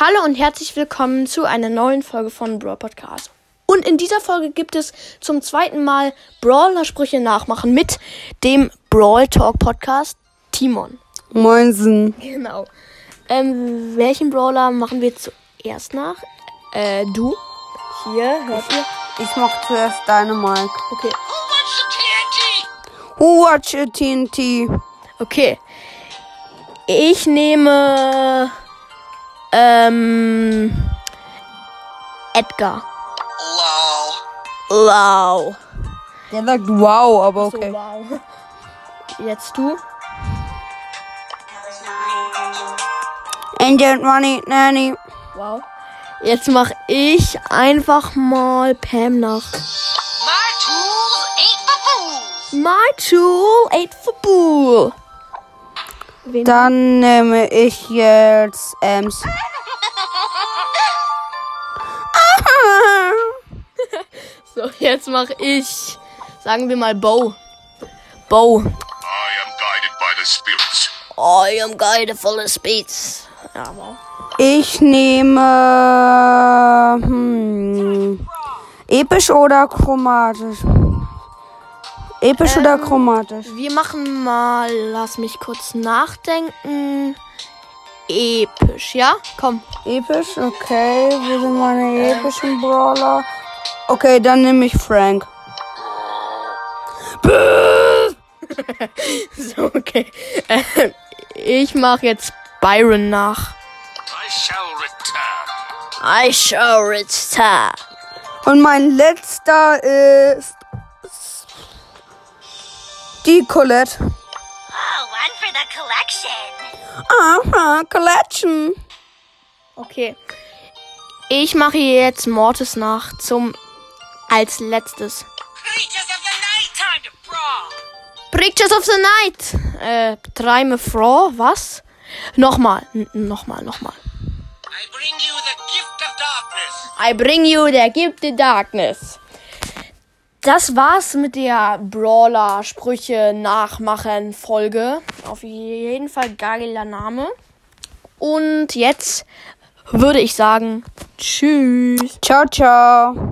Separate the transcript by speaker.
Speaker 1: Hallo und herzlich willkommen zu einer neuen Folge von Brawl Podcast. Und in dieser Folge gibt es zum zweiten Mal Brawler-Sprüche nachmachen mit dem Brawl Talk Podcast Timon.
Speaker 2: Moinsen.
Speaker 1: Genau. Ähm, welchen Brawler machen wir zuerst nach? Äh, du? Hier, hört ihr?
Speaker 2: Ich mach zuerst Dynamite.
Speaker 1: Okay.
Speaker 2: Who watch a TNT?
Speaker 1: Okay. Ich nehme. Ähm. Edgar. Wow.
Speaker 2: Der sagt wow, aber
Speaker 1: So,
Speaker 2: okay.
Speaker 1: wow. Jetzt du?
Speaker 2: Angel Money Nanny.
Speaker 1: Wow. Jetzt mach ich einfach mal Pam nach.
Speaker 3: My tools ain't for fools.
Speaker 1: My tool ain't for boo. Wen?
Speaker 2: Dann nehme ich jetzt Ems.
Speaker 1: So, jetzt mach ich. Sagen wir mal Bo. Bo.
Speaker 3: I am guided by the spirits.
Speaker 1: I am guided for the speeds. Ja, wow.
Speaker 2: Ich nehme hm, episch oder chromatisch. Episch oder chromatisch.
Speaker 1: Wir machen mal, lass mich kurz nachdenken. Episch, ja? Komm.
Speaker 2: Episch, okay. Wo sind meine epischen Brawler? Okay, dann nehme ich Frank.
Speaker 1: So, okay. Ähm, ich mach jetzt Byron nach.
Speaker 3: I shall return.
Speaker 1: I shall return.
Speaker 2: Und mein letzter ist die Colette.
Speaker 4: Oh, one for the collection.
Speaker 2: Aha, Collection.
Speaker 1: Okay. Ich mache jetzt Mortis nach zum als letztes.
Speaker 3: Creatures of the night, time to brawl.
Speaker 1: Pictures of the Night. Äh, Treime Frau, was? Nochmal, n- nochmal, nochmal.
Speaker 3: I bring you the gift of darkness.
Speaker 1: I bring you the gift the darkness. Das war's mit der Brawler-Sprüche-Nachmachen-Folge. Auf jeden Fall geiler Name. Und jetzt würde ich sagen, tschüss.
Speaker 2: Ciao, ciao.